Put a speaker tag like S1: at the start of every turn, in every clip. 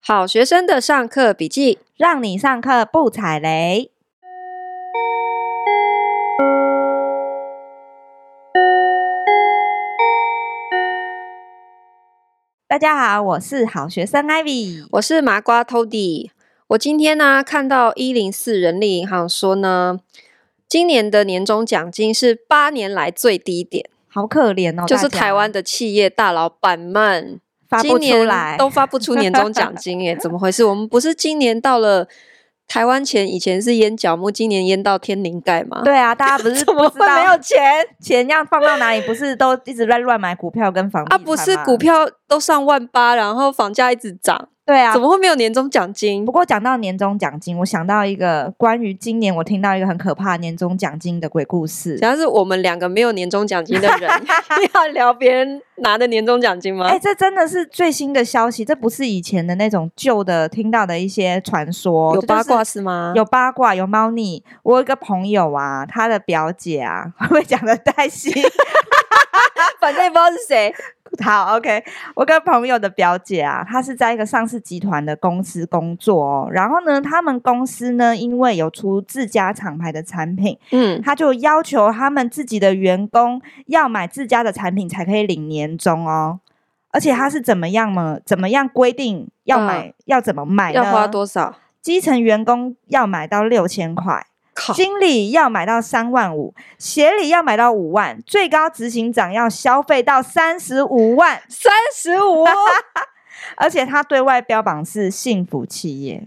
S1: 好学生的上课笔记，
S2: 让你上课不踩雷。大家好，我是好学生 Ivy。
S1: 我是麻瓜 Tody。我今天呢看到一零四人力银行说呢，今年的年终奖金是八年来最低点，
S2: 好可怜哦，
S1: 就是
S2: 大家
S1: 台湾的企业大老板们
S2: 发
S1: 今
S2: 不出
S1: 年
S2: 来，
S1: 都发不出年终奖金耶，怎么回事？我们不是今年到了台湾前，以前是淹脚木，今年淹到天灵盖吗？
S2: 对啊，大 家不是
S1: 怎么
S2: 不知
S1: 会没有
S2: 道
S1: 钱
S2: 钱要放到哪里，不是都一直乱乱买股票跟房地
S1: 啊？
S2: 产
S1: 不是
S2: 吗
S1: 股票都上万八，然后房价一直涨，
S2: 对啊
S1: 怎，么会没有年终奖金
S2: 不？过讲到年终奖金，我想到一个关于今年我听到一个很可怕的年终奖金的鬼故事
S1: 只。要是我们两个没有年终奖金的 人，你要聊别人拿的年终奖金吗？
S2: 哎、这真的是最新的消息，这不是以前的那种旧的听到的一些传说，
S1: 有
S2: 这就
S1: 八
S2: 是
S1: 卦是吗？
S2: 有八卦，有猫腻。我有一个朋友啊，他的表姐啊， 会不会讲的太细？
S1: 反正也不知道是谁。
S2: 好，OK，我跟朋友的表姐啊，她是在一个上市集团的公司工作哦。然后呢，他们公司呢，因为有出自家厂牌的产品，
S1: 嗯，
S2: 他就要求他们自己的员工要买自家的产品才可以领年终哦。而且他是怎么样嘛？怎么样规定要买、要怎么买呢？
S1: 嗯要花？多少？
S2: 基层员工要买到六千块，
S1: 靠！
S2: 经理要买到三万五，协理要买到五万，最高执行长要消费到三十五万。
S1: 三十五，哦
S2: 而且他对外标榜是幸福企业，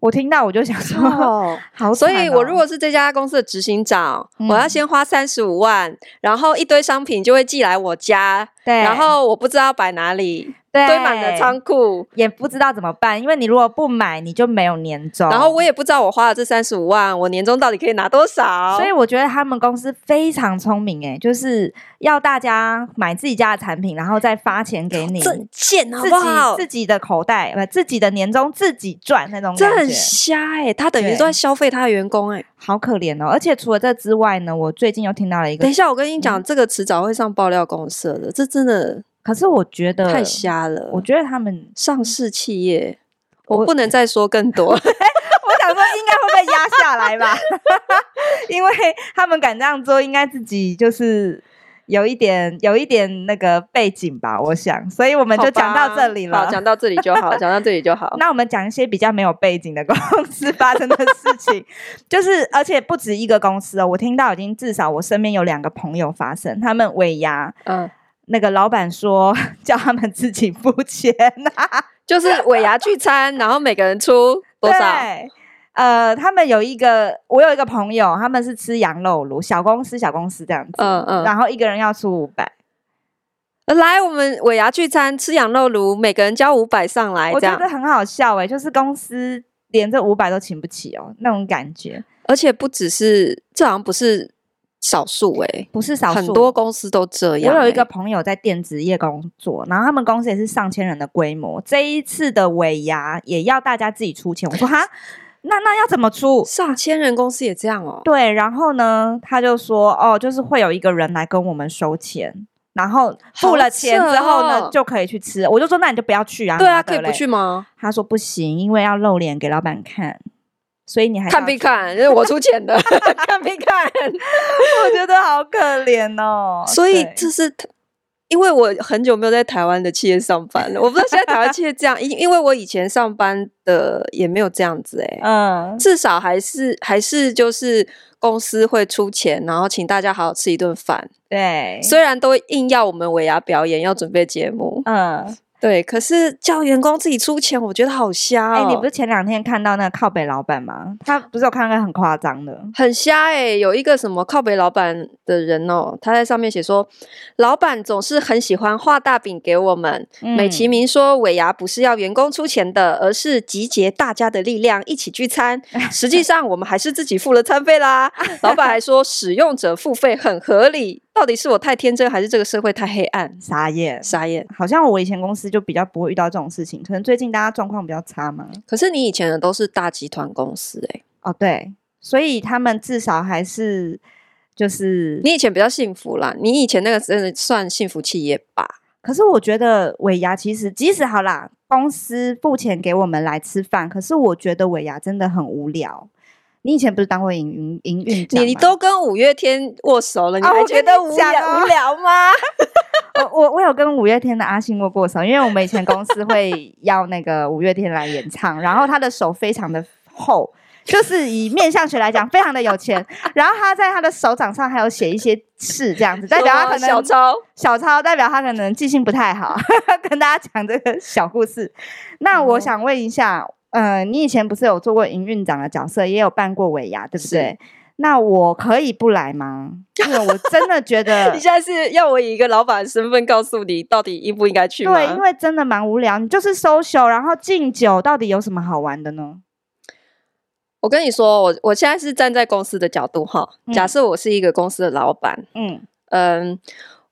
S2: 我听到我就想说，
S1: 哦
S2: 好惨 哦、
S1: 所以，我如果是这家公司的执行长，
S2: 嗯
S1: 我要先花三十五万，然后一堆商品就会寄来我家，
S2: 对，
S1: 然后我不知道摆哪里，
S2: 对
S1: 堆满了仓库，
S2: 也不知道怎么办，因为你如果不买，你就没有年终。
S1: 然后我也不知道我花了这三十五万，我年终到底可以拿多少？
S2: 所以我觉得他们公司非常聪明，哎，就是要大家买自己家的产品，然后再发钱给你，
S1: 这
S2: 自
S1: 很贱好
S2: 己
S1: 不好？
S2: 自己的口袋，不，自己的年终自己赚那种
S1: 这
S2: 感
S1: 很
S2: 觉，
S1: 瞎哎、他等于
S2: 对
S1: 都在消费他的员工哎、
S2: 好可怜哦。而且除了这之外呢，我最近又听到了一
S1: 等
S2: 个
S1: 一，下，我跟你讲，
S2: 嗯
S1: 这个迟早会上爆料公社的，这真的
S2: 可是我觉得
S1: 太瞎了。
S2: 呃我觉得他们，
S1: 上市企业，
S2: 我
S1: 我不能再说更多。
S2: 我想说应该会被压下来吧， 因为他们敢这样做，应该自己就是。有一点，有一点那个背景吧，我想，所以我们就讲到这里
S1: 好吧
S2: 了
S1: 好，。讲到这里就 好，讲到这里就好。
S2: 那我们讲一些比较没有背景的公司发生的事情，就是而且不止一个公司哦，我听到已经至少我身边有两个朋友发生，他们尾牙
S1: 嗯，
S2: 那个老板说 叫他们自己付钱、
S1: 就是尾牙聚餐，然后每个人出多少？
S2: 对呃，他们有一个，我有一个朋友，他们是吃羊肉炉，小公司小公司这样子，
S1: 嗯嗯，
S2: 然后一个人要出五百，
S1: 来，我们尾牙聚餐吃羊肉炉，每个人交五百上来，
S2: 我
S1: 这
S2: 觉
S1: 样
S2: 得，很好笑哎、就是公司连这五百都请不起哦，那种感觉
S1: 而且不只是这，好像不是少数哎，
S2: 不是少数，
S1: 很多公司都这样欸。
S2: 我有一个朋友在电子业工作，然后他们公司也是上千人的规模。这一次的尾牙也要大家自己出钱，我说哈，那那要怎么出？
S1: 上千人公司也这样哦，
S2: 对，然后呢，他就说哦，就是会有一个人来跟我们收钱，然后付了钱之后
S1: 好扯
S2: 呢，
S1: 哦
S2: 就可以去吃。我就说那你就不要去啊，
S1: 对啊，
S2: 妈的
S1: 可以不
S2: 嘞
S1: 去。吗？
S2: 他说不行，因为要露脸给老板看，所以你还是
S1: 看
S2: 哎要
S1: 必
S2: 去。哦
S1: 看，就是我出钱的，看必看。
S2: 我觉得好可怜哦。
S1: 所以
S2: 对
S1: 这是他因为我很久没有在台湾的企业上班了，我不知道现在台湾企业这样，因因为我以前上班的也没有这样子哎、
S2: 嗯，
S1: 至少还是还是就是公司会出钱，然后请大家好好吃一顿饭。
S2: 对，
S1: 虽然都硬要我们尾牙表演要准备节目，
S2: 嗯。
S1: 对，可是叫员工自己出钱，我觉得好瞎
S2: 哎、
S1: 哦、
S2: 你不是前两天看到那个靠北老板吗？他不是有看到一个很夸张的，
S1: 很瞎哎、有一个什么靠北老板的人哦，他在上面写说，老板总是很喜欢画大饼给我们。美其
S2: 嗯
S1: 名说尾牙不是要员工出钱的，而是集结大家的力量一起聚餐。实际上我们还是自己付了餐费啦。老板还说使用者付费很合理，到底是我太天真，还是这个社会太黑暗？
S2: 傻眼。
S1: 傻眼。
S2: 好像我以前公司就比较不会遇到这种事情，可能最近大家状况比较差嘛。
S1: 可是你以前的都是大集团公司哎、
S2: 哦，对，所以他们至少还是就是
S1: 你以前比较幸福啦，你以前那个真的算幸福企业吧？
S2: 可是我觉得尾牙其实，即使好啦，公司付钱给我们来吃饭，可是我觉得尾牙真的很无聊。你以前不是当过营营营运长
S1: 你
S2: 吗？
S1: 你都跟五月天握手了，你
S2: 啊
S1: 还
S2: 我
S1: 觉
S2: 跟
S1: 得
S2: 你
S1: 无
S2: 讲
S1: 聊、
S2: 啊
S1: 无聊吗？
S2: 我我我有跟五月天的阿信握过手，因为我们以前公司 会要那个五月天来演唱，然后他的手非常的厚，就是以面相学来讲非常的有钱，然后他在他的手掌上还有写一些 字这样子，代表他可
S1: 什么哦小
S2: 能
S1: 超
S2: 小抄，代表他可能记性不太好， 跟大家讲这个小故事。那我
S1: 哦
S2: 想问一下，呃，你以前不是有做过营运长的角色，也有办过尾牙，对不
S1: 是
S2: 对？那我可以不来吗？因为我真的觉 得
S1: 你现在是要我以一个老板的身份告诉你到底应不应该去吗？
S2: 对，因为真的蛮无聊，你就是 social，然后敬酒，到底有什么好玩的呢？
S1: 我跟你说，我我现在是站在公司的角度哈，
S2: 嗯
S1: 假设我是一个公司的老板，
S2: 嗯
S1: 嗯，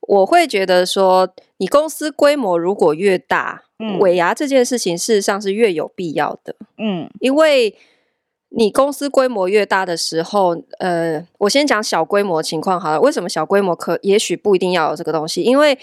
S1: 我会觉得说，你公司规模如果越大，
S2: 嗯
S1: 尾牙这件事情事实上是越有必要的，
S2: 嗯
S1: 因为你公司规模越大的时候，呃，我先讲小规模情况好了。为什么小规模可也许不一定要有这个东西？因为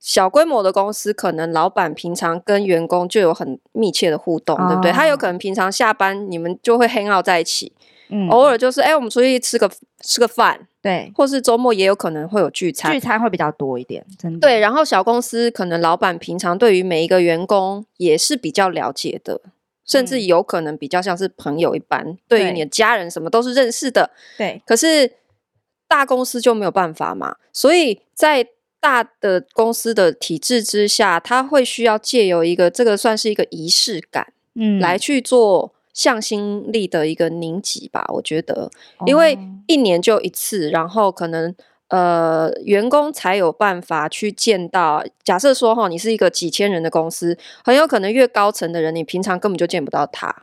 S1: 小规模的公司，可能老板平常跟员工就有很密切的互动，对不对？他有可能平常下班你们就会 hang out 在一起，
S2: 嗯，
S1: 偶尔就是哎、我们出去吃个吃个饭，
S2: 对
S1: 或是周末也有可能会有聚餐
S2: 聚。餐会比较多一点，真的
S1: 对，然后小公司可能老板平常对于每一个员工也是比较了解的，甚至
S2: 嗯
S1: 有可能比较像是朋友一般，对于
S2: 对
S1: 你的家人什么都是认识的。
S2: 对
S1: 可是大公司就没有办法嘛，所以在大的公司的体制之下，它会需要借由一个这个算是一个仪式感、
S2: 嗯
S1: 来去做向心力的一个凝集吧，我觉得。因为
S2: 哦
S1: 一年就一次，然后可能呃员工才有办法去见到。假设说哈，你是一个几千人的公司，很有可能越高层的人，你平常根本就见不到他。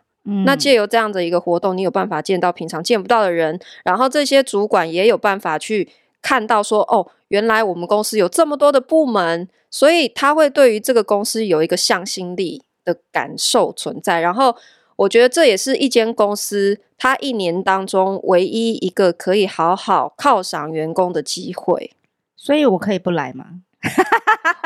S1: 那
S2: 嗯
S1: 借由这样的一个活动，你有办法见到平常见不到的人，然后这些主管也有办法去看到说，哦，原来我们公司有这么多的部门，所以他会对于这个公司有一个向心力的感受存在。然后我觉得这也是一间公司它一年当中唯一一个可以好好犒赏员工的机会。
S2: 所以我可以不 来吗？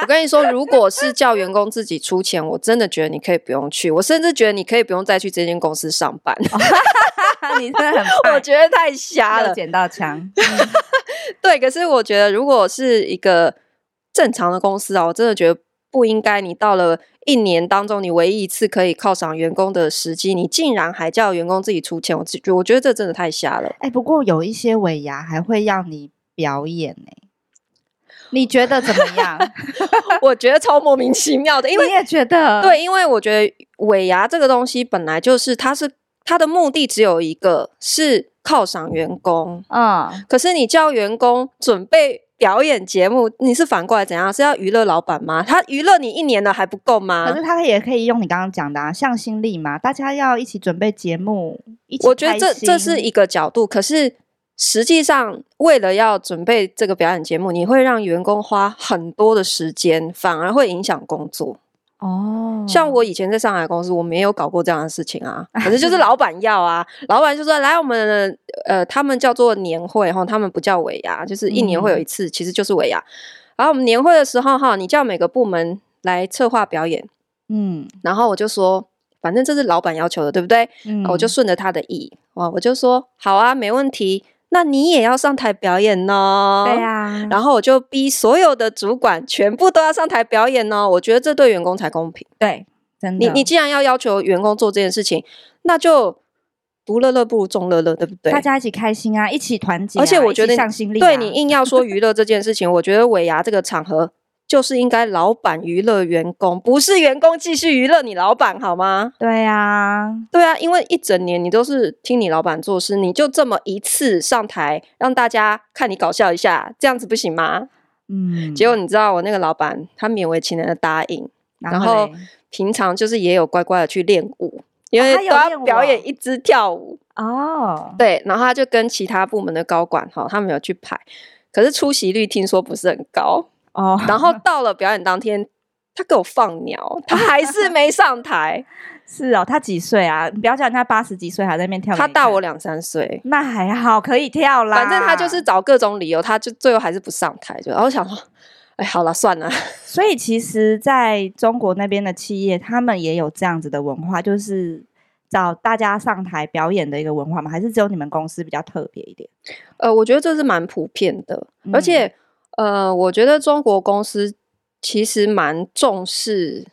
S1: 我跟你说，如果是叫员工自己出钱，我真的觉得你可以不用去，我甚至觉得你可以不用再去这间公司上班。
S2: 你真 的很
S1: 我觉得太瞎
S2: 怕
S1: 了
S2: 又。捡到枪，
S1: 对，可是我觉得如果是一个正常的公司啊，我真的觉得不应该，你到了一年当中，你唯一一次可以犒赏员工的时机，你竟然还叫员工自己出钱，我自觉我觉得这真的太瞎了。
S2: 哎、不过有一些尾牙还会要你表演呢、你觉得怎么样？
S1: 我觉得超莫名其妙的， 因为
S2: 你也觉得
S1: 对，因为我觉得尾牙这个东西本来就是它是它的目的只有一个，是犒赏员工。
S2: 嗯，
S1: 可是你叫员工准备表演节目，你是反过来怎样？是要娱乐老板吗？他娱乐你一年了还不够吗？
S2: 可是他也可以用你刚刚讲的啊，向心力嘛，大家要一起准备节目，一起
S1: 我觉得
S2: 开
S1: 这这
S2: 心
S1: 是一个角度，可是实际上，为了要准备这个表演节目，你会让员工花很多的时间，反而会影响工作。
S2: 哦，
S1: 像我以前在上海公司，我没有搞过这样的事情 啊，可是就是老板要啊，老板就说来我们的呃，他们叫做年会哈，他们不叫尾牙，就是一年
S2: 嗯
S1: 会有一次，其实就是尾牙。然后我们年会的时候哈，你叫每个部门来策划表演，
S2: 嗯，
S1: 然后我就说，反正这是老板要求的，对不对？
S2: 嗯
S1: 啊哦我就顺着他的意，哇，我就说好啊，没问题，那你也要上台表演呢？
S2: 对、啊，
S1: 然后我就逼所有的主管全部都要上台表演呢，我觉得这对员工才公平。
S2: 对，真
S1: 你
S2: 的，
S1: 你既然要要求员工做这件事情，那就独乐乐不如众乐乐，对不对？
S2: 大家一起开心啊，一起团结啊、
S1: 而且我
S2: 一
S1: 觉
S2: 起
S1: 得
S2: 向心力、啊，
S1: 对你硬要说娱乐这件事情，我觉得尾牙这个场合就是应该老板娱乐员工，不是员工继续娱乐你老板，好吗？
S2: 对啊，
S1: 对啊，因为一整年你都是听你老板做事，你就这么一次上台让大家看你搞笑一下，这样子不行吗？
S2: 嗯，
S1: 结果你知道我那个老板，他勉为其难的答应，
S2: 然
S1: 然后
S2: 嘞
S1: 平常就是也有乖乖的去练舞，因为
S2: 他
S1: 都
S2: 有
S1: 要
S2: 练舞
S1: 表
S2: 哦
S1: 演一支跳舞。
S2: 哦，
S1: 对，然后他就跟其他部门的高管哈，他们有去排，可是出席率听说不是很 高。
S2: 哦，
S1: 然后到了表演当天，他给我放鸟，他还是没上 台，
S2: 是哦，他几岁啊？你不要叫人家八十几岁还在那边跳，
S1: 他大我，两三岁。
S2: 那还好，可以跳啦，
S1: 反正他就是找各种理由，他就最后还是不上台。就然后我想说，哎，好了，算了，
S2: 所以其实在中国那边的企业，他们也有这样子的文化，就是找大家上台表演的一个文化吗？还是只有你们公司比较特别一点？
S1: 呃，我觉得这是蛮普遍的，
S2: 嗯
S1: 而且呃，我觉得中国公司其实蛮重视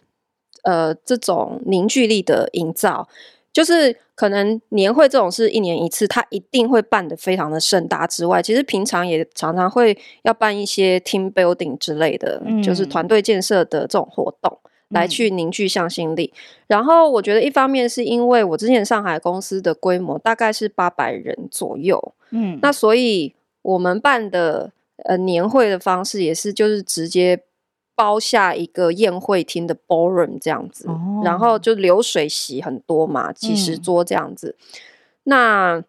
S1: 呃这种凝聚力的营造，就是可能年会这种是一年一次，它一定会办得非常的盛大之外，其实平常也常常会要办一些 team building 之类的，就是
S2: 嗯
S1: 团队建设的这种活动。来
S2: 嗯
S1: 去凝聚向心力，然后我觉得一方面是因为我之前上海公司的规模大概是八百人左右，
S2: 嗯，
S1: 那所以我们办的呃年会的方式也是，就是直接包下一个宴会厅的 ballroom 这样子，然后
S2: 哦
S1: 就流水席很多嘛，几十
S2: 嗯
S1: 桌这样子。那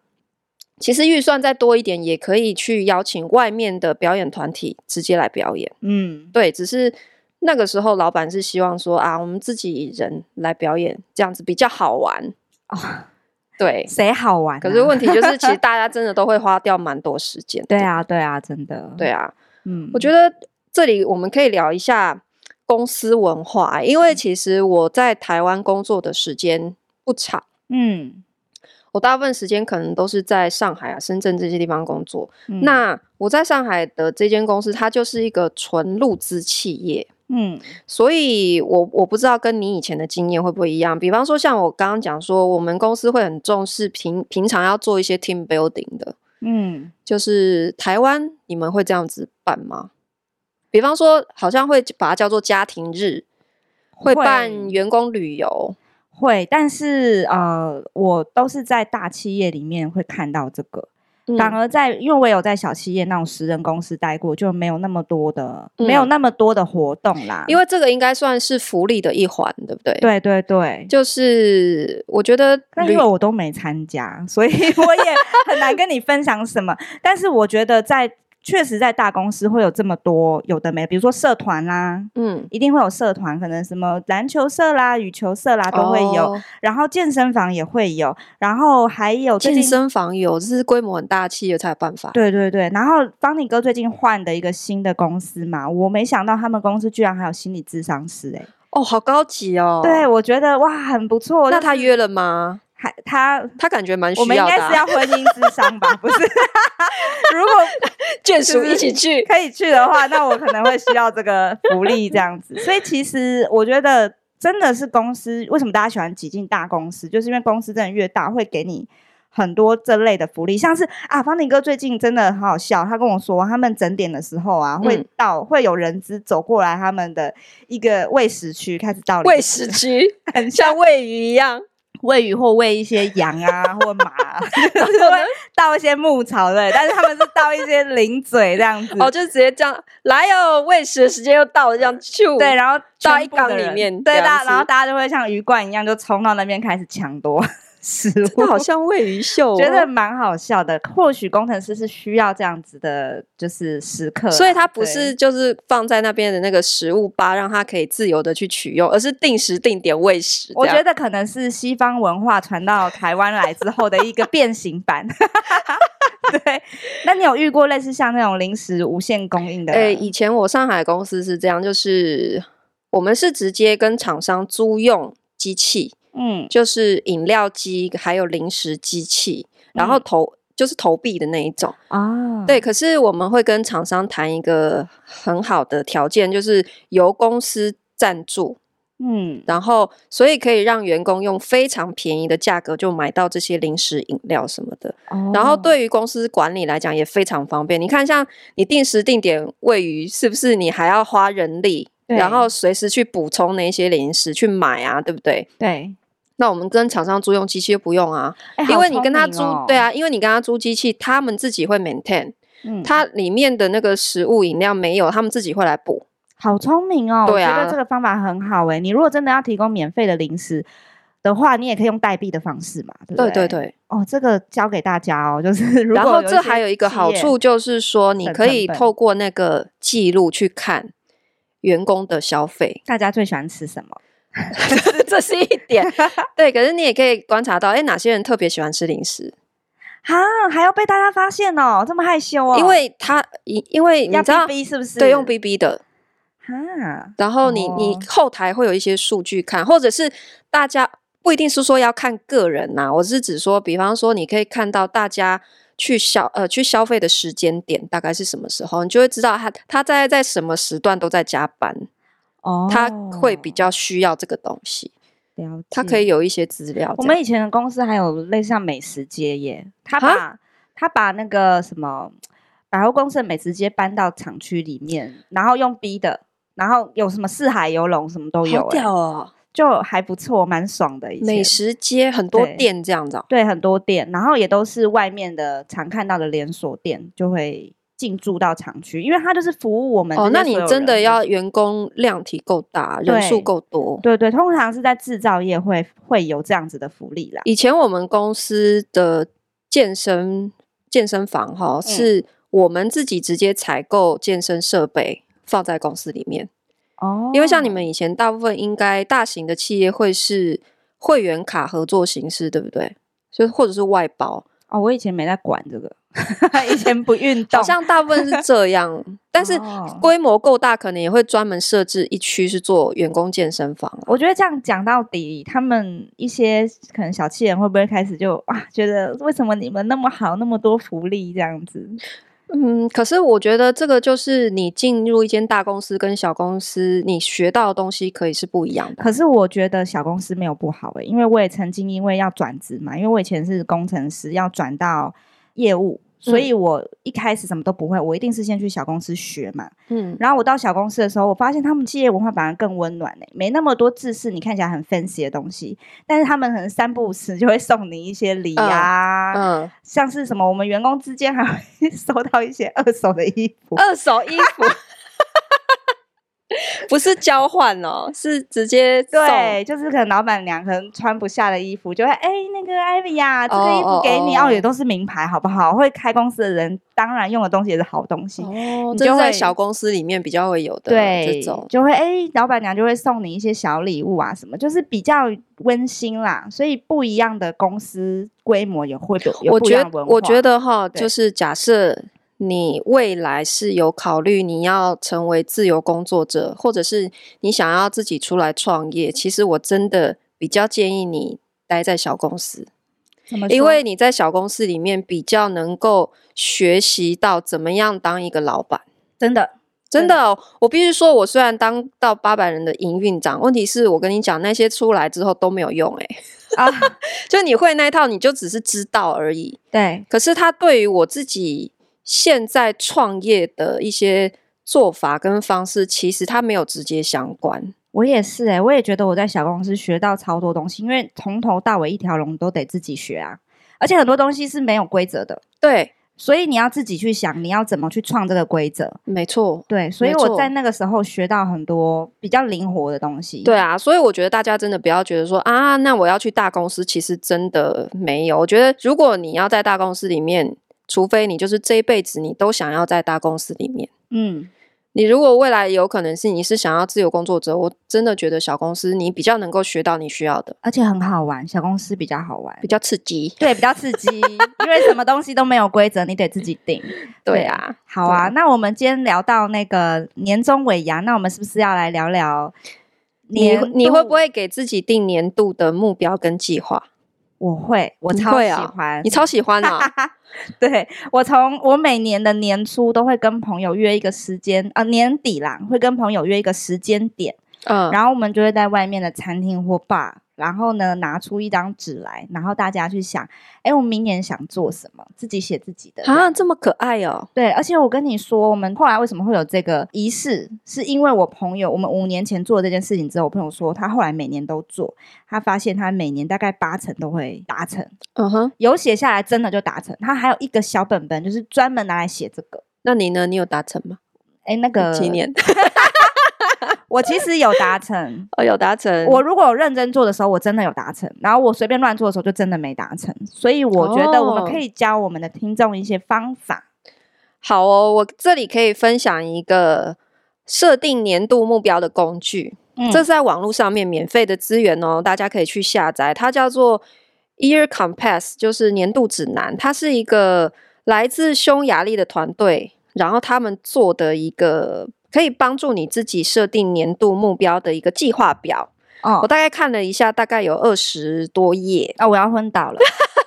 S1: 其实预算再多一点，也可以去邀请外面的表演团体直接来表演。
S2: 嗯，
S1: 对，只是那个时候老板是希望说啊，我们自己人来表演，这样子比较好玩
S2: 哦
S1: 啊。 对，
S2: 谁好玩、啊
S1: 可是问题 就是，其实大家真的都会花掉蛮多时间。
S2: 对，啊，对啊，真的，
S1: 对，啊，
S2: 嗯，
S1: 我觉得这里我们可以聊一下公司文化，欸因
S2: 嗯
S1: 为其实我在台湾工作的时间不长，
S2: 嗯，
S1: 我大部分时间可能都是在上海啊、深圳这些地方工作。
S2: 嗯，
S1: 那我在上海的这间公司，它就是一个纯入资企业，
S2: 嗯
S1: 所以我我不知道跟你以前的经验会不会一样。比方说，像我刚刚讲说，我们公司会很重视平平常要做一些 team building 的，
S2: 嗯，
S1: 就是台湾你们会这样子办吗？比方说，好像会把它叫做家庭日，会办员工旅游。
S2: 会，但是呃，我都是在大企业里面会看到这个，
S1: 嗯
S2: 反而在因为我有在小企业那种十人公司待过，就没有那么多的，没有
S1: 嗯
S2: 那么多的活动啦。
S1: 因
S2: 为
S1: 为这个应该算是福利的一环，对不对？，
S2: 对对对，
S1: 就是我觉得
S2: 但
S1: 旅
S2: 因为我都没参加，所以 我也很难跟你分享什么。但是我觉得在确实在大公司会有这么多有的没，比如说社团啦。
S1: 嗯
S2: 一定会有社团，可能什么篮球社啦、羽球社啦都会有，
S1: 哦
S2: 然后健身房也会有，然后还有最
S1: 健
S2: 近
S1: 身房有，这是规模很大的企业才有办法。
S2: 对对对，然后邦尼哥最近换的一个新的公司嘛，我没想到他们公司居然还有心理咨商师哎、
S1: 哦，好高级哦。
S2: 对，我觉得哇很不错。
S1: 那
S2: 就
S1: 他
S2: 是
S1: 约了吗？
S2: 还他，
S1: 他感觉蛮需
S2: 我们应
S1: 要的
S2: 该
S1: 啊、
S2: 是要婚姻咨商吧？不是， 如果
S1: 眷属
S2: 是
S1: 一起去。
S2: 可以去的话，那我可能会需要这个福利这样子。所以其实我觉得真的是公司为什么大家喜欢挤进大公司，就是因为公司真的越大会给你。很多这类的福利，像是啊，方宁哥最近真的很好笑，他跟我说，他们整点的时候啊，会
S1: 嗯
S2: 到、会有人资走过来他们的一个喂食区开始倒
S1: 喂食区
S2: 很
S1: 像喂鱼一样，
S2: 喂鱼或喂一些羊啊或马啊， 就
S1: 然
S2: 是
S1: 后呢
S2: 会倒一些牧草类，但是他们是倒一些零嘴这样子。
S1: 哦，就直接这样来哦，喂食的时间又到了，这样咻，
S2: 对，然后
S1: 到
S2: 全
S1: 一
S2: 部的
S1: 缸里
S2: 人
S1: 面
S2: 对
S1: 这样
S2: 大，然后
S1: 子
S2: 大家就会像鱼罐一样，就冲到那边开始抢夺 食物，
S1: 那好 像喂鱼秀、哦，
S2: 觉得蛮好笑的。或许工程师是需要这样子的，就是时刻啦，
S1: 所以它不
S2: 对
S1: 是就是放在那边的那个食物吧，让它可以自由的去取用，而是定时定点喂食。
S2: 我
S1: 这
S2: 觉
S1: 样
S2: 得可能是西方文化传到台湾来之后的一个变形版。 对，那你有遇过类似像那种临时无限供应的？
S1: 诶、以前我上海公司是这样，就是我们是直接跟厂商租用机器，
S2: 嗯
S1: 就是饮料机还有零食机器，然后
S2: 嗯
S1: 投、就是投币的那一种。
S2: 啊，
S1: 哦对，可是我们会跟厂商谈一个很好的条件，就是由公司赞助，
S2: 嗯，
S1: 然后所以可以让员工用非常便宜的价格就买到这些零食、饮料什么的。然后
S2: 哦
S1: 对于公司管理来讲也非常方便。你看，像你定时定点喂鱼，是不是你还要花人力，然
S2: 对
S1: 后随时去补充那些零食去买啊，对不对？
S2: 对，
S1: 那我们跟厂商租用机器就不用啊，
S2: 哎
S1: 因为你跟他租，对，
S2: 好
S1: 啊，因为你跟他租机器，他们自己会 maintain。
S2: 聪明哦嗯
S1: 它里面的那个食物饮料没有，他们自己会来补。
S2: 好聪明哦！
S1: 对
S2: 我觉
S1: 啊
S2: 得这个方法很好哎、你如果真的要提供免费的零食的话，你也可以用代币的方式嘛，对不
S1: 对
S2: 对
S1: 对对，
S2: 哦，这个教给大家哦，就是 如果
S1: 然后
S2: 有一
S1: 这
S2: 些
S1: 还有一个
S2: 企
S1: 好
S2: 业
S1: 处就是说，你
S2: 省
S1: 可
S2: 成
S1: 以
S2: 本，
S1: 透过那个记录去看员工的消费
S2: 大家最喜欢吃什么？
S1: 这是一点。 对，可是你也可以观察到，哎，哪些人特别喜欢吃零食？
S2: 啊，还要被大家发现哦，这么害羞哦，
S1: 因为他因因为你
S2: 要
S1: 知道，
S2: 逼逼是不是？
S1: 对，用 BB 的，
S2: 哈，
S1: 然后你、你
S2: 哦
S1: 后台会有一些数据看，或者是大家不一定是说要看个人呐、我是指说，比方说你可以看到大家去消呃去消费的时间点大概是什么时候，你就会知道他他在在什么时段都在加班，
S2: 哦，
S1: 他会比较需要这个东西，
S2: 了解，
S1: 他可以。有一些资料这
S2: 嗯我
S1: 样。
S2: 们以前的公司还有类似像美食街耶，他
S1: 哈
S2: 把他把那个什么百货公司的美食街搬到厂区里面，然后用逼的，然后有什么四海游龙什么都有
S1: 好
S2: 耶，
S1: 屌哦！
S2: 就还不错，蛮爽的。以
S1: 美
S2: 前
S1: 食街很多
S2: 对
S1: 店这样子、哦，
S2: 对很多店，然后也都是外面的常看到的连锁店就会进驻到厂区，因为它就是服务我们这
S1: 哦，
S2: 些
S1: 那
S2: 所
S1: 你
S2: 有
S1: 真的
S2: 人
S1: 要员工量体够大，人数
S2: 对
S1: 够多。
S2: 对对，通常是在制造业会会有这样子的福利啦。
S1: 以前我们公司的健身健身房哈、
S2: 嗯
S1: 是我们自己直接采购健身设备放在公司里面，
S2: 哦
S1: 因为像你们以前大部分应该大型的企业会是会员卡合作形式，对不对？就或者是外包，
S2: 哦，我以前没在管这个， 以前不运动，
S1: 好像大部分 是这样，但是
S2: 哦
S1: 规模够大，可能也会专门设置一区是做员工健身房啊。
S2: 我觉得这样讲到底，他们一些可能小气人会不会开始就哇，觉得为什么你们那么好，那么多福利这样子？
S1: 嗯，可是我觉得这个就是你进入一间大公司跟小公司，你学到的东西可以是不一样的。
S2: 可是我觉得小公司没有不好欸诶、因为我也曾经因为要转职嘛，因为我以前是工程师，要转到业务，所
S1: 嗯
S2: 以我一开始什么都不会，我一定是先去小公司学嘛。
S1: 嗯，
S2: 然后我到小公司的时候，我发现他们企业文化反而更温暖呢、没那么多制式，你看起来很 fancy 的东西，但是他们可能三不五时就会送你一些礼
S1: 嗯
S2: 啊，
S1: 嗯，
S2: 像是什么我们员工之间还会 收到一些二手的衣服，
S1: 二手衣服 不是交换哦，是直接送
S2: 对，就是可能老板娘可能穿不下的衣服，就会哎、那个艾薇呀，这个衣
S1: 哦哦
S2: 服给你哦
S1: 哦
S2: 也都是名牌，好不好？会开公司的人当然用的东西也是好东西。
S1: 哦，
S2: 你
S1: 这
S2: 就是
S1: 在
S2: 会
S1: 小公司里面比较会有的这
S2: 对
S1: 种，。
S2: 就会哎、老板娘就会送你一些小礼物啊，什么，就是比较温馨啦。所以不一样的公司规模也会有，有
S1: 我
S2: 不一
S1: 觉
S2: 样的
S1: 得
S2: 文
S1: 我觉
S2: 化
S1: 得哈，
S2: 对
S1: 就是假设你未来是有考虑你要成为自由工作者，或者是你想要自己出来创
S2: 嗯
S1: 业，其实我真的比较建议你待在小公司，
S2: 怎么
S1: 因
S2: 说
S1: 为你在小公司里面比较能够学习到怎么样当一个老板。
S2: 真的
S1: 真
S2: 真
S1: 的哦，我必须说，我虽然当到八百人的营运长，问题是我跟你讲，那些出来之后都没有用、欸，
S2: 啊，
S1: 就你会那一套，你就只是知道而已。
S2: 对，
S1: 可是他对于我自己现在创业的一些做法跟方式，其实他没有直接相关。
S2: 我也是哎、我也觉得我在小公司学到超多东西，因为从头到尾一条龙都得自己学啊，而且很多东西是没有规则的，
S1: 对，
S2: 所以你要自己去想你要怎么去创这个规则。
S1: 没错，
S2: 对，所以
S1: 没错
S2: 我在那个时候学到很多比较灵活的东西。
S1: 对啊，所以我觉得大家真的不要觉得说啊，那我要去大公司，其实真的没有。我觉得如果你要在大公司里面，除非你就是这一辈子你都想要在大公司里面。
S2: 嗯，
S1: 你如果未来有可能是你是想要自由工作者，我真的觉得小公司你比较能够学到你需要的，
S2: 而且很好玩，小公司比较好玩
S1: 比。较刺激。
S2: 对，比较刺激，因为什么东西都没有规则，你得自己定。
S1: 对啊，
S2: 好啊，那我们今天聊到那个年终尾牙，那我们是不是要来聊聊
S1: 你
S2: 年
S1: 你会不
S2: 度
S1: 会给自己定年度的目标跟计划？
S2: 我会，我
S1: 你
S2: 超
S1: 会
S2: 喜
S1: 啊
S2: 欢。！
S1: 你超喜欢 啊
S2: 对我从我每年的年初都会跟朋友约一个时间，啊、年底啦会跟朋友约一个时间点，
S1: 嗯，
S2: 然后我们就会在外面的餐厅或 bar，然后呢拿出一张纸来，然后大家去想，哎，我明年想做什么，自己写自己的。
S1: 啊，这么可爱哦！
S2: 对，而且我跟你说，我们后来为什么会有这个仪式，是因为我朋友，我们五年前做这件事情之后，我朋友说他后来每年都做，他发现他每年大概八成都会达成。
S1: 嗯哼，
S2: 有写下来真的就达成。他还有一个小本本，就是专门拿来写这个。
S1: 那你呢？你有达成吗？
S2: 哎，那个
S1: 几年？
S2: 我其实有达成
S1: 。哦，有达成。
S2: 我如果有认真做的时候，我真的有达成；然后我随便乱做的时候，就真的没达成。所以我觉得我
S1: 哦
S2: 们可以教我们的听众一些方法。
S1: 好哦，我这里可以分享一个设定年度目标的工具，
S2: 嗯
S1: 这是在网络上面免费的资源哦，大家可以去下载。它叫做 Year Compass，就是年度指南。它是一个来自匈牙利的团队，然后他们做的一个可以帮助你自己设定年度目标的一个计划表。我
S2: 哦，
S1: 大概看了一下，大概有二十多 页，
S2: 啊，我要昏倒了。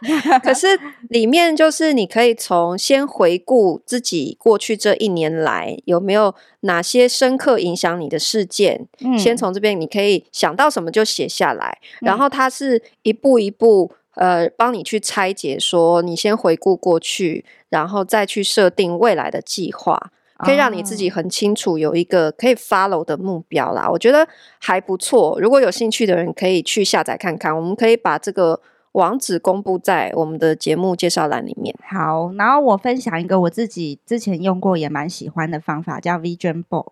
S1: 可是里面就是你可以从先回顾自己过去这一年来有没有哪些深刻影响你的事件，
S2: 嗯
S1: 先从这边你可以想到什么就写下来，然
S2: 嗯
S1: 后它是一步一步。呃，帮你去拆解说你先回顾过去，然后再去设定未来的计划，可以让你自己
S2: 哦
S1: 很清楚有一个可以 follow 的目标啦。我觉得还不错，如果有兴趣的人可以去下载看看。我们可以把这个网址公布在我们的节目介绍栏里面。
S2: 好，然后我分享一个我自己之前用过也蛮喜欢的方法，叫 Vision Board，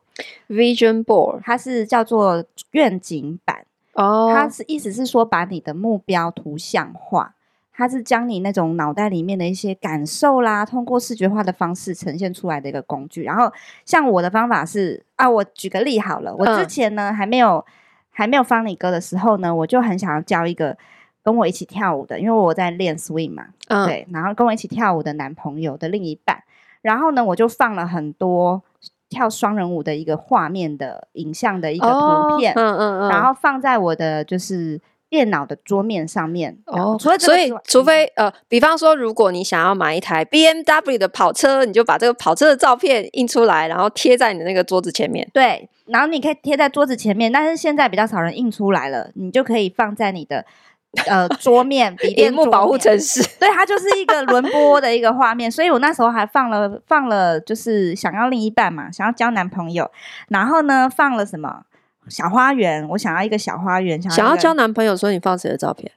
S1: Vision Board
S2: 它是叫做愿景版，
S1: 哦
S2: 它是意思是说把你的目标图像化，它是将你那种脑袋里面的一些感受啦，通过视觉化的方式呈现出来的一个工具。然后像我的方法是啊，我举个例好了，我之
S1: 嗯
S2: 前呢、还没有还没有方你哥的时候呢，我就很想要交一个跟我一起跳舞的，因为我在练 swing 嘛，
S1: 嗯
S2: 对，然后跟我一起跳舞的男朋友的另一半，然后呢，我就放了很多跳双人舞的一个画面的影像的一
S1: 一
S2: 个图片，
S1: 嗯嗯嗯，
S2: 哦然后放在我的就是电脑的桌面上面。然后
S1: 哦
S2: 除了，这个
S1: 所以
S2: 之外
S1: 除
S2: 嗯
S1: 非呃，比方说，如果你想要买一台 B M W 的跑车，你就把这个跑车的照片印出来，然后贴在你的那个桌子前面。
S2: 对，然后你可以贴在桌子前面，但是现在比较少人印出来了，你就可以放在你的呃桌 面笔
S1: 荧
S2: 电
S1: 幕
S2: 桌
S1: 保护
S2: 面
S1: 城市，
S2: 对，它就是一个轮播的一个画面，所以我那时候还放了放了，就是想要另一半嘛，想要交男朋友，然后呢放了什么小花园，我想要一个小花园，想要
S1: 想要
S2: 一个
S1: 交，男朋友，所以你放谁的照片？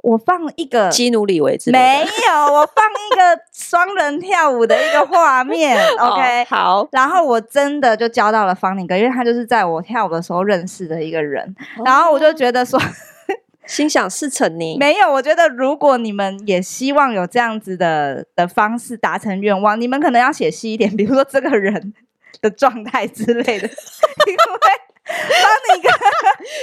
S2: 我放了一个
S1: 基努里维之类
S2: 呃没有，我放一个双人跳舞的一个 画面
S1: 的哦
S2: ，OK。
S1: 好，
S2: 然后我真的就交到了方宁哥，因为他就是在我跳舞的时候认识的一个人，
S1: 哦
S2: 然后我就觉得说，
S1: 心想事成呢。
S2: 没有，我觉得如果你们也希望有这样子的的方式达成愿望，你们可能要写细一点，比如说这个人的状态之类 的，因为帮你哥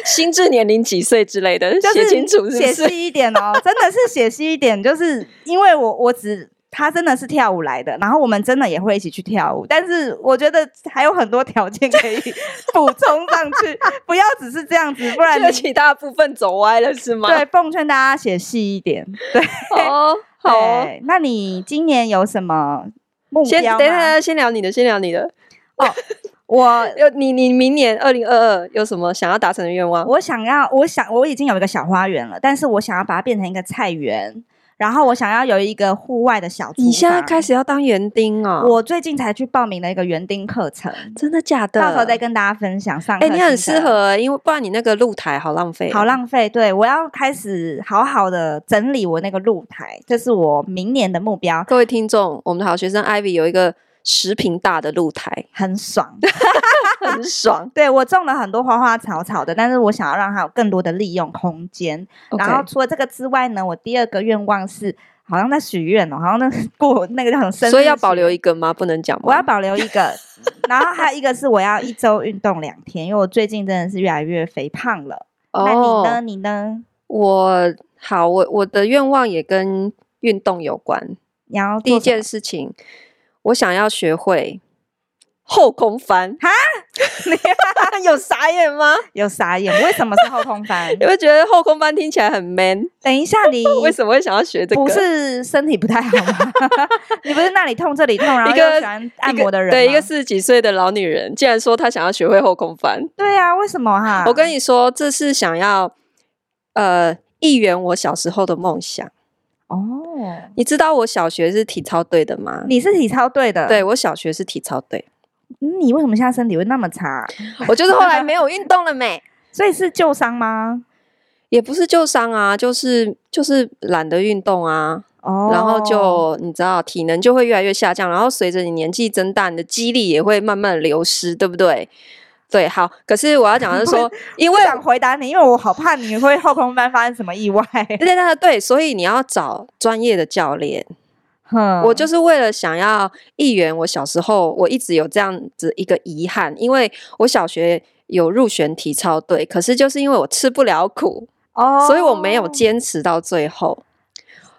S1: 心智年龄几岁之类的，
S2: 就是
S1: 写清楚是
S2: 写
S1: 不是？
S2: 细一点 哦，真的是写细一点，就是因为我我只。他真的是跳舞来的，然后我们真的也会一起去跳舞，但是我觉得还有很多条件可以补充上去，不要只是这样子，不然
S1: 这 个
S2: 你
S1: 其他部分走歪了是吗？
S2: 对奉劝大家写细一点。
S1: 哦，好哦。
S2: 对，那你今年有什么目
S1: 先
S2: 标
S1: 等
S2: 吗？
S1: 一下，先聊你的，先聊你的。
S2: 我
S1: 有你，你明年二零二二有什么想要达成的愿望？
S2: 我想要，我想我已经有一个小花园了，但是我想要把它变成一个菜园，然后我想要有一个户外的小厨
S1: 你现在
S2: 房
S1: 开。始要当园丁哦？
S2: 我最近才去报名了一个园丁课程，
S1: 真的假的？
S2: 到时候再跟大家分享上课
S1: 哎、
S2: 心得。
S1: 你很适合、因为不然你那个露台好浪费哦，
S2: 好浪费，对我要开始好好的整理我那个露台，这是我明年的目标，
S1: 各位听众，我们的好学生 Ivy 有一个十平大的露台，
S2: 很爽。
S1: 很 爽。
S2: 对我种了很多花花草草的，但是我想要让它有更多的利用空间，然后
S1: OK，
S2: 除了这个之外呢，我第二个愿望是，好像在许愿哦，好像那个过那个叫什么生日许愿，
S1: 所以要保留一个吗？不能讲吗？
S2: 我要保留一个，然后还有一个是我要一周运动两天，因为我最近真的是越来越肥胖了。那你呢？
S1: 哦，
S2: 你呢？
S1: 我好，我我的愿望也跟运动有关。
S2: 你要
S1: 第一
S2: 做什么
S1: 件事情，我想要学会后空翻。哈， 有傻眼吗？
S2: 有傻眼，为什么是后空
S1: ？
S2: 翻
S1: 你会觉得后空翻听起来很 man，
S2: 等一下你
S1: 为什么会想要学这个？
S2: 不是身体不太好吗？ 你不是那里痛这里痛，然后
S1: 一个
S2: 又喜欢按
S1: 一个
S2: 摩的人
S1: 对，一个
S2: 吗
S1: 四十几岁的老女人，竟然说她想要学会后空翻。
S2: 对啊，为什么哈？
S1: 我跟你说，这是想要呃一圆我小时候的梦想。
S2: 哦，
S1: 你知道我小学是体操队的吗？
S2: 你是体操队的，
S1: 对，我小学是体操 队，
S2: 嗯你为什么现在身体会那么差？啊
S1: 我就是后来没有运动了没，
S2: 所以是旧伤吗？
S1: 也不是旧伤啊，就是就是懒得运动啊，
S2: 哦
S1: 然后就你知道体能就会越来越下降，然后随着你年纪增大，你的肌力也会慢慢地流失，对不对？对，好，可是我要讲的是说，因
S2: 不
S1: 为
S2: 想回答你，因为我好怕你会后空翻发生什么 意外。
S1: 对对对对，所以你要找专业的教练。
S2: 哼
S1: 我就是为了想要一圆，我小时候我一直有这样子一个遗憾，因为我小学有入选体操队，可是就是因为我吃不了苦，
S2: 哦
S1: 所以我没有坚持到最后。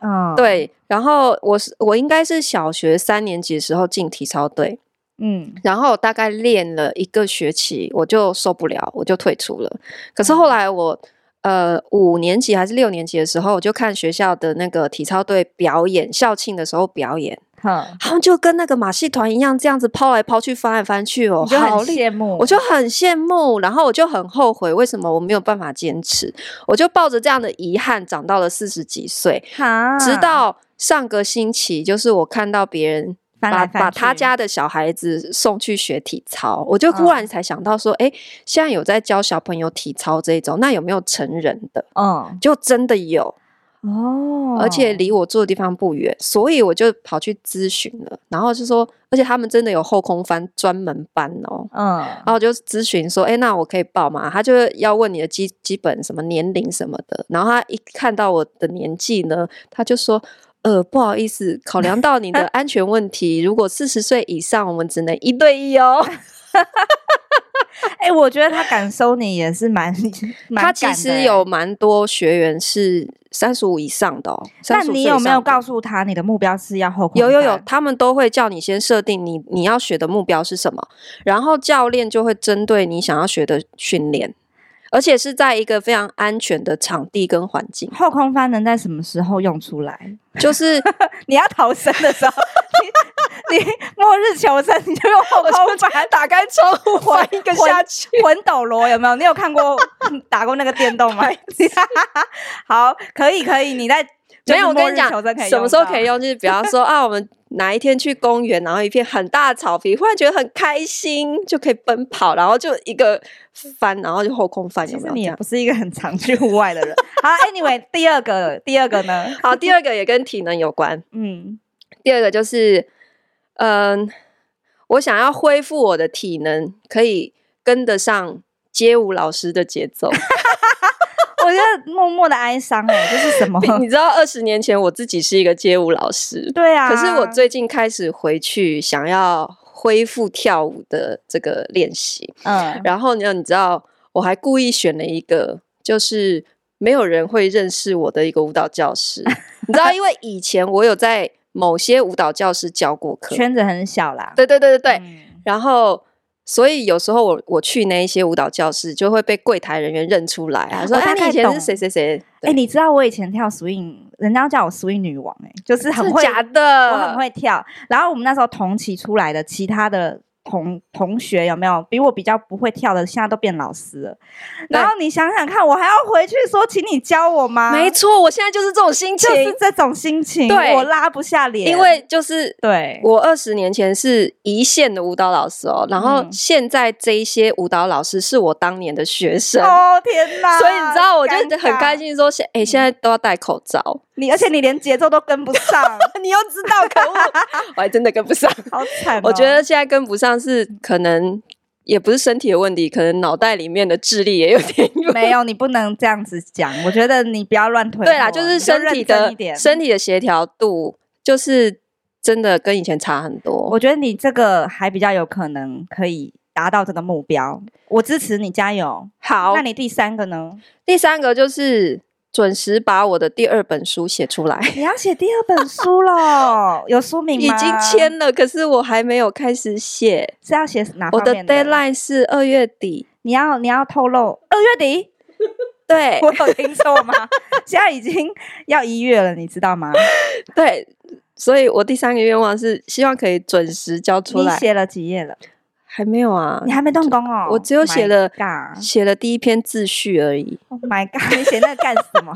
S2: 嗯，
S1: 对，然后我是我应该是小学三年级的时候进体操队，
S2: 嗯，
S1: 然后大概练了一个学期，我就受不了，我就退出了。可是
S2: 嗯
S1: 后来我呃五年级还是六年级的时候，我就看学校的那个体操队表演，校庆的时候表演，
S2: 哼，
S1: 他们就跟那个马戏团一样，这样子抛来抛去，翻来翻去哦，
S2: 你就很
S1: 好厉
S2: 羡慕，
S1: 我就很羡慕，然后我就很后悔，为什么我没有办法坚持？我就抱着这样的遗憾长到了四十几岁，
S2: 哈
S1: 直到上个星期，就是我看到别人
S2: 翻
S1: 把
S2: 来翻
S1: 把他
S2: 去
S1: 家的小孩子送去学体操，我就忽
S2: 嗯
S1: 然才想到说，哎、现在有在教小朋友体操这一种，那有没有成人的？
S2: 嗯
S1: 就真的有，
S2: 哦，
S1: 而且离我住的地方不远，所以我就跑去咨询了，然后就说，而且他们真的有后空翻专门班哦。
S2: 嗯
S1: 然后我就咨询说，哎，那我可以报吗？他就是要问你的基基本什么年龄什么的。然后他一看到我的年纪呢，他就说，呃，不好意思，考量到你的安全问题，如果四十岁以上，我们只能一对一哦。
S2: 哎、我觉得他敢收你也是蛮， 蛮
S1: 他其
S2: 敢的
S1: 实
S2: 欸
S1: 有。蛮多学员是三十五以上的哦。
S2: 那
S1: 35
S2: 你
S1: 岁
S2: 有
S1: 以
S2: 没
S1: 上
S2: 有
S1: 的
S2: 告诉他你的目标是要后空
S1: 有有有，
S2: 翻，
S1: 他们都会叫你先设定你你要学的目标是什么，然后教练就会针对你想要学的训练，而且是在一个非常安全的场地跟环境
S2: 后空翻能在什么时候用出来？
S1: 就是
S2: 你要逃生的时候， 你 你末日求生，你就用后空翻打开窗户
S1: 翻一个下去。
S2: 魂斗罗有没有？你有看过 打过那个电动吗？ 好，可以可以，你在
S1: 没有，我跟你讲，什么时候可以
S2: 用
S1: 用？就是比方说啊，我们哪一天去公园，然后一片很大的草皮，忽然觉得很开心，就可以奔跑，然后就一个翻，然后就后空翻，有
S2: 到？
S1: 没
S2: 其实
S1: 有这
S2: 你也
S1: 样？
S2: 不是一个很常去户外的人。 好，Anyway，第二个第二个呢？
S1: 好，第二个也跟体能有关。
S2: 嗯，
S1: 第二个就是，嗯，我想要恢复我的体能，可以跟得上街舞老师的节 奏。
S2: 我觉得默默的哀伤哎，这是什 么？
S1: 你知道，二十年前我自己是一个街舞老师，
S2: 对 啊，
S1: 可是我最近开始回去想要恢复跳舞的这个练习。
S2: 嗯
S1: 然后呢，你知道，我还故意选了一个，就是没有人会认识我的一个舞蹈教 室。你知道，因为以前我有在某些舞蹈教室教过课。
S2: 圈子很小啦，
S1: 对对对对对，
S2: 嗯
S1: 然后，所以有时候我我去那一些舞蹈教室，就会被柜台人员认出来啊，说：“
S2: 我
S1: 哎、
S2: 大
S1: 你
S2: 概
S1: 以前是
S2: 懂
S1: 谁谁谁？”
S2: 哎、你知道我以前跳 swing，人家叫我 swing 女王、哎，就是很
S1: 很
S2: 会，
S1: 假的，
S2: 我很会跳。然后我们那时候同期出来的其他的同同学有没有比我比较不会跳的，现在都变老师了。然
S1: 对
S2: 后你想想看，我还要回去说，请你教我吗？
S1: 没错，我现在就是这种心情，
S2: 啊就是这种心情，
S1: 对
S2: 我拉不下脸，
S1: 因为就是。
S2: 对，
S1: 我二十年前是一线的舞蹈老师哦，然后
S2: 嗯
S1: 现在这一些舞蹈老师是我当年的学生，
S2: 哦天哪！
S1: 所以你知道我就
S2: 尴
S1: 很
S2: 尬嗯
S1: 开，心说，哎、现在都要戴口罩，
S2: 你而且你连节奏都跟不上，
S1: 你又知道，可恶， 我还真的跟不上。
S2: 好惨哦、
S1: 我觉得现在跟不上是可能也不是身体的问题，可能脑袋里面的智力也有点
S2: 哦没有，你不能这样子讲。我觉得你不要乱推。
S1: 对啦，就是身体的
S2: 一点。
S1: 身体的协调度，就是真的跟以前差很多。
S2: 我觉得你这个还比较有可能可以达到这个目标，我支持你，加油。
S1: 好
S2: 那，你第三个呢？
S1: 第三个就是准时把我的第二本书写出 来，
S2: 你要写第二本书喽， 有书名
S1: 已
S2: 吗？
S1: 经签了，可是我还没有开始写。
S2: 是要写哪
S1: 我
S2: 方
S1: 的
S2: 面的
S1: deadline 是二月底，
S2: 你要你要透露二月底？
S1: 对
S2: 我有听错吗？现在已经要一月了，你知道吗？
S1: 对，所以我第三个愿望是希望可以准时交 出
S2: 你
S1: 来，
S2: 写了几页了？
S1: 还没有啊
S2: 你，还没动工哦。
S1: 我只有写了
S2: My God
S1: 写了第一篇自序而已。
S2: Oh my god！你写那个干什么？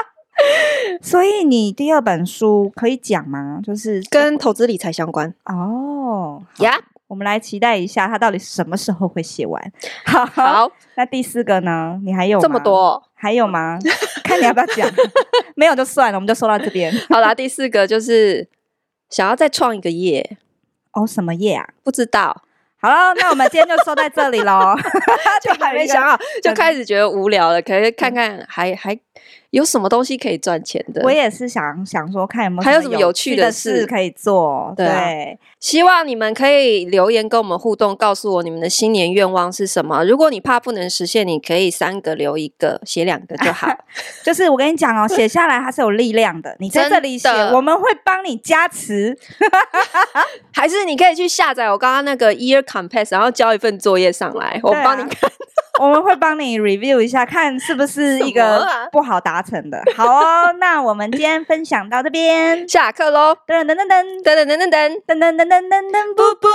S2: 所以你第二本书可以讲吗？就是
S1: 跟投资理财相关
S2: 哦，
S1: 呀。
S2: 我们来期待一下，它到底什么时候会写完。好，
S1: 好，
S2: 那第四个呢？你还有
S1: 这么
S2: 吗？
S1: 多，
S2: 还有吗？看你要不要 讲，没有就算了，我们就说到这边。
S1: 好啦，第四个就是想要再创一个业，
S2: 哦，什么页啊？
S1: 不知道
S2: 好了，那我们今天就说在这里 喽。就
S1: 还没想好，就开始觉得无聊了。可是看看还还，有什么东西可以赚钱的
S2: 我？也是想想说，看有没有
S1: 还有什么
S2: 么
S1: 有趣
S2: 趣
S1: 的事
S2: 事可以做。
S1: 对啊
S2: 对，
S1: 希望你们可以留言跟我们互动，告诉我你们的新年愿望是什么。如果你怕不能实现，你可以三个留一个，写两个就好。
S2: 就是我跟你讲哦，写下来它是有力量的。你在
S1: 真
S2: 这里写，
S1: 的
S2: 我们会帮你加持。
S1: 还是你可以去下载我刚刚那个 Year Compass，然后交一份作业上来，我
S2: 对啊
S1: 帮你看。
S2: 我们会帮你 review 一下，看是不是一
S1: 什么啊
S2: 个不好达成的。好哦，那我们今天分享到这边，
S1: 下课喽！
S2: 噔噔噔噔
S1: 等等等等等。
S2: 噔噔噔噔噔噔，不不。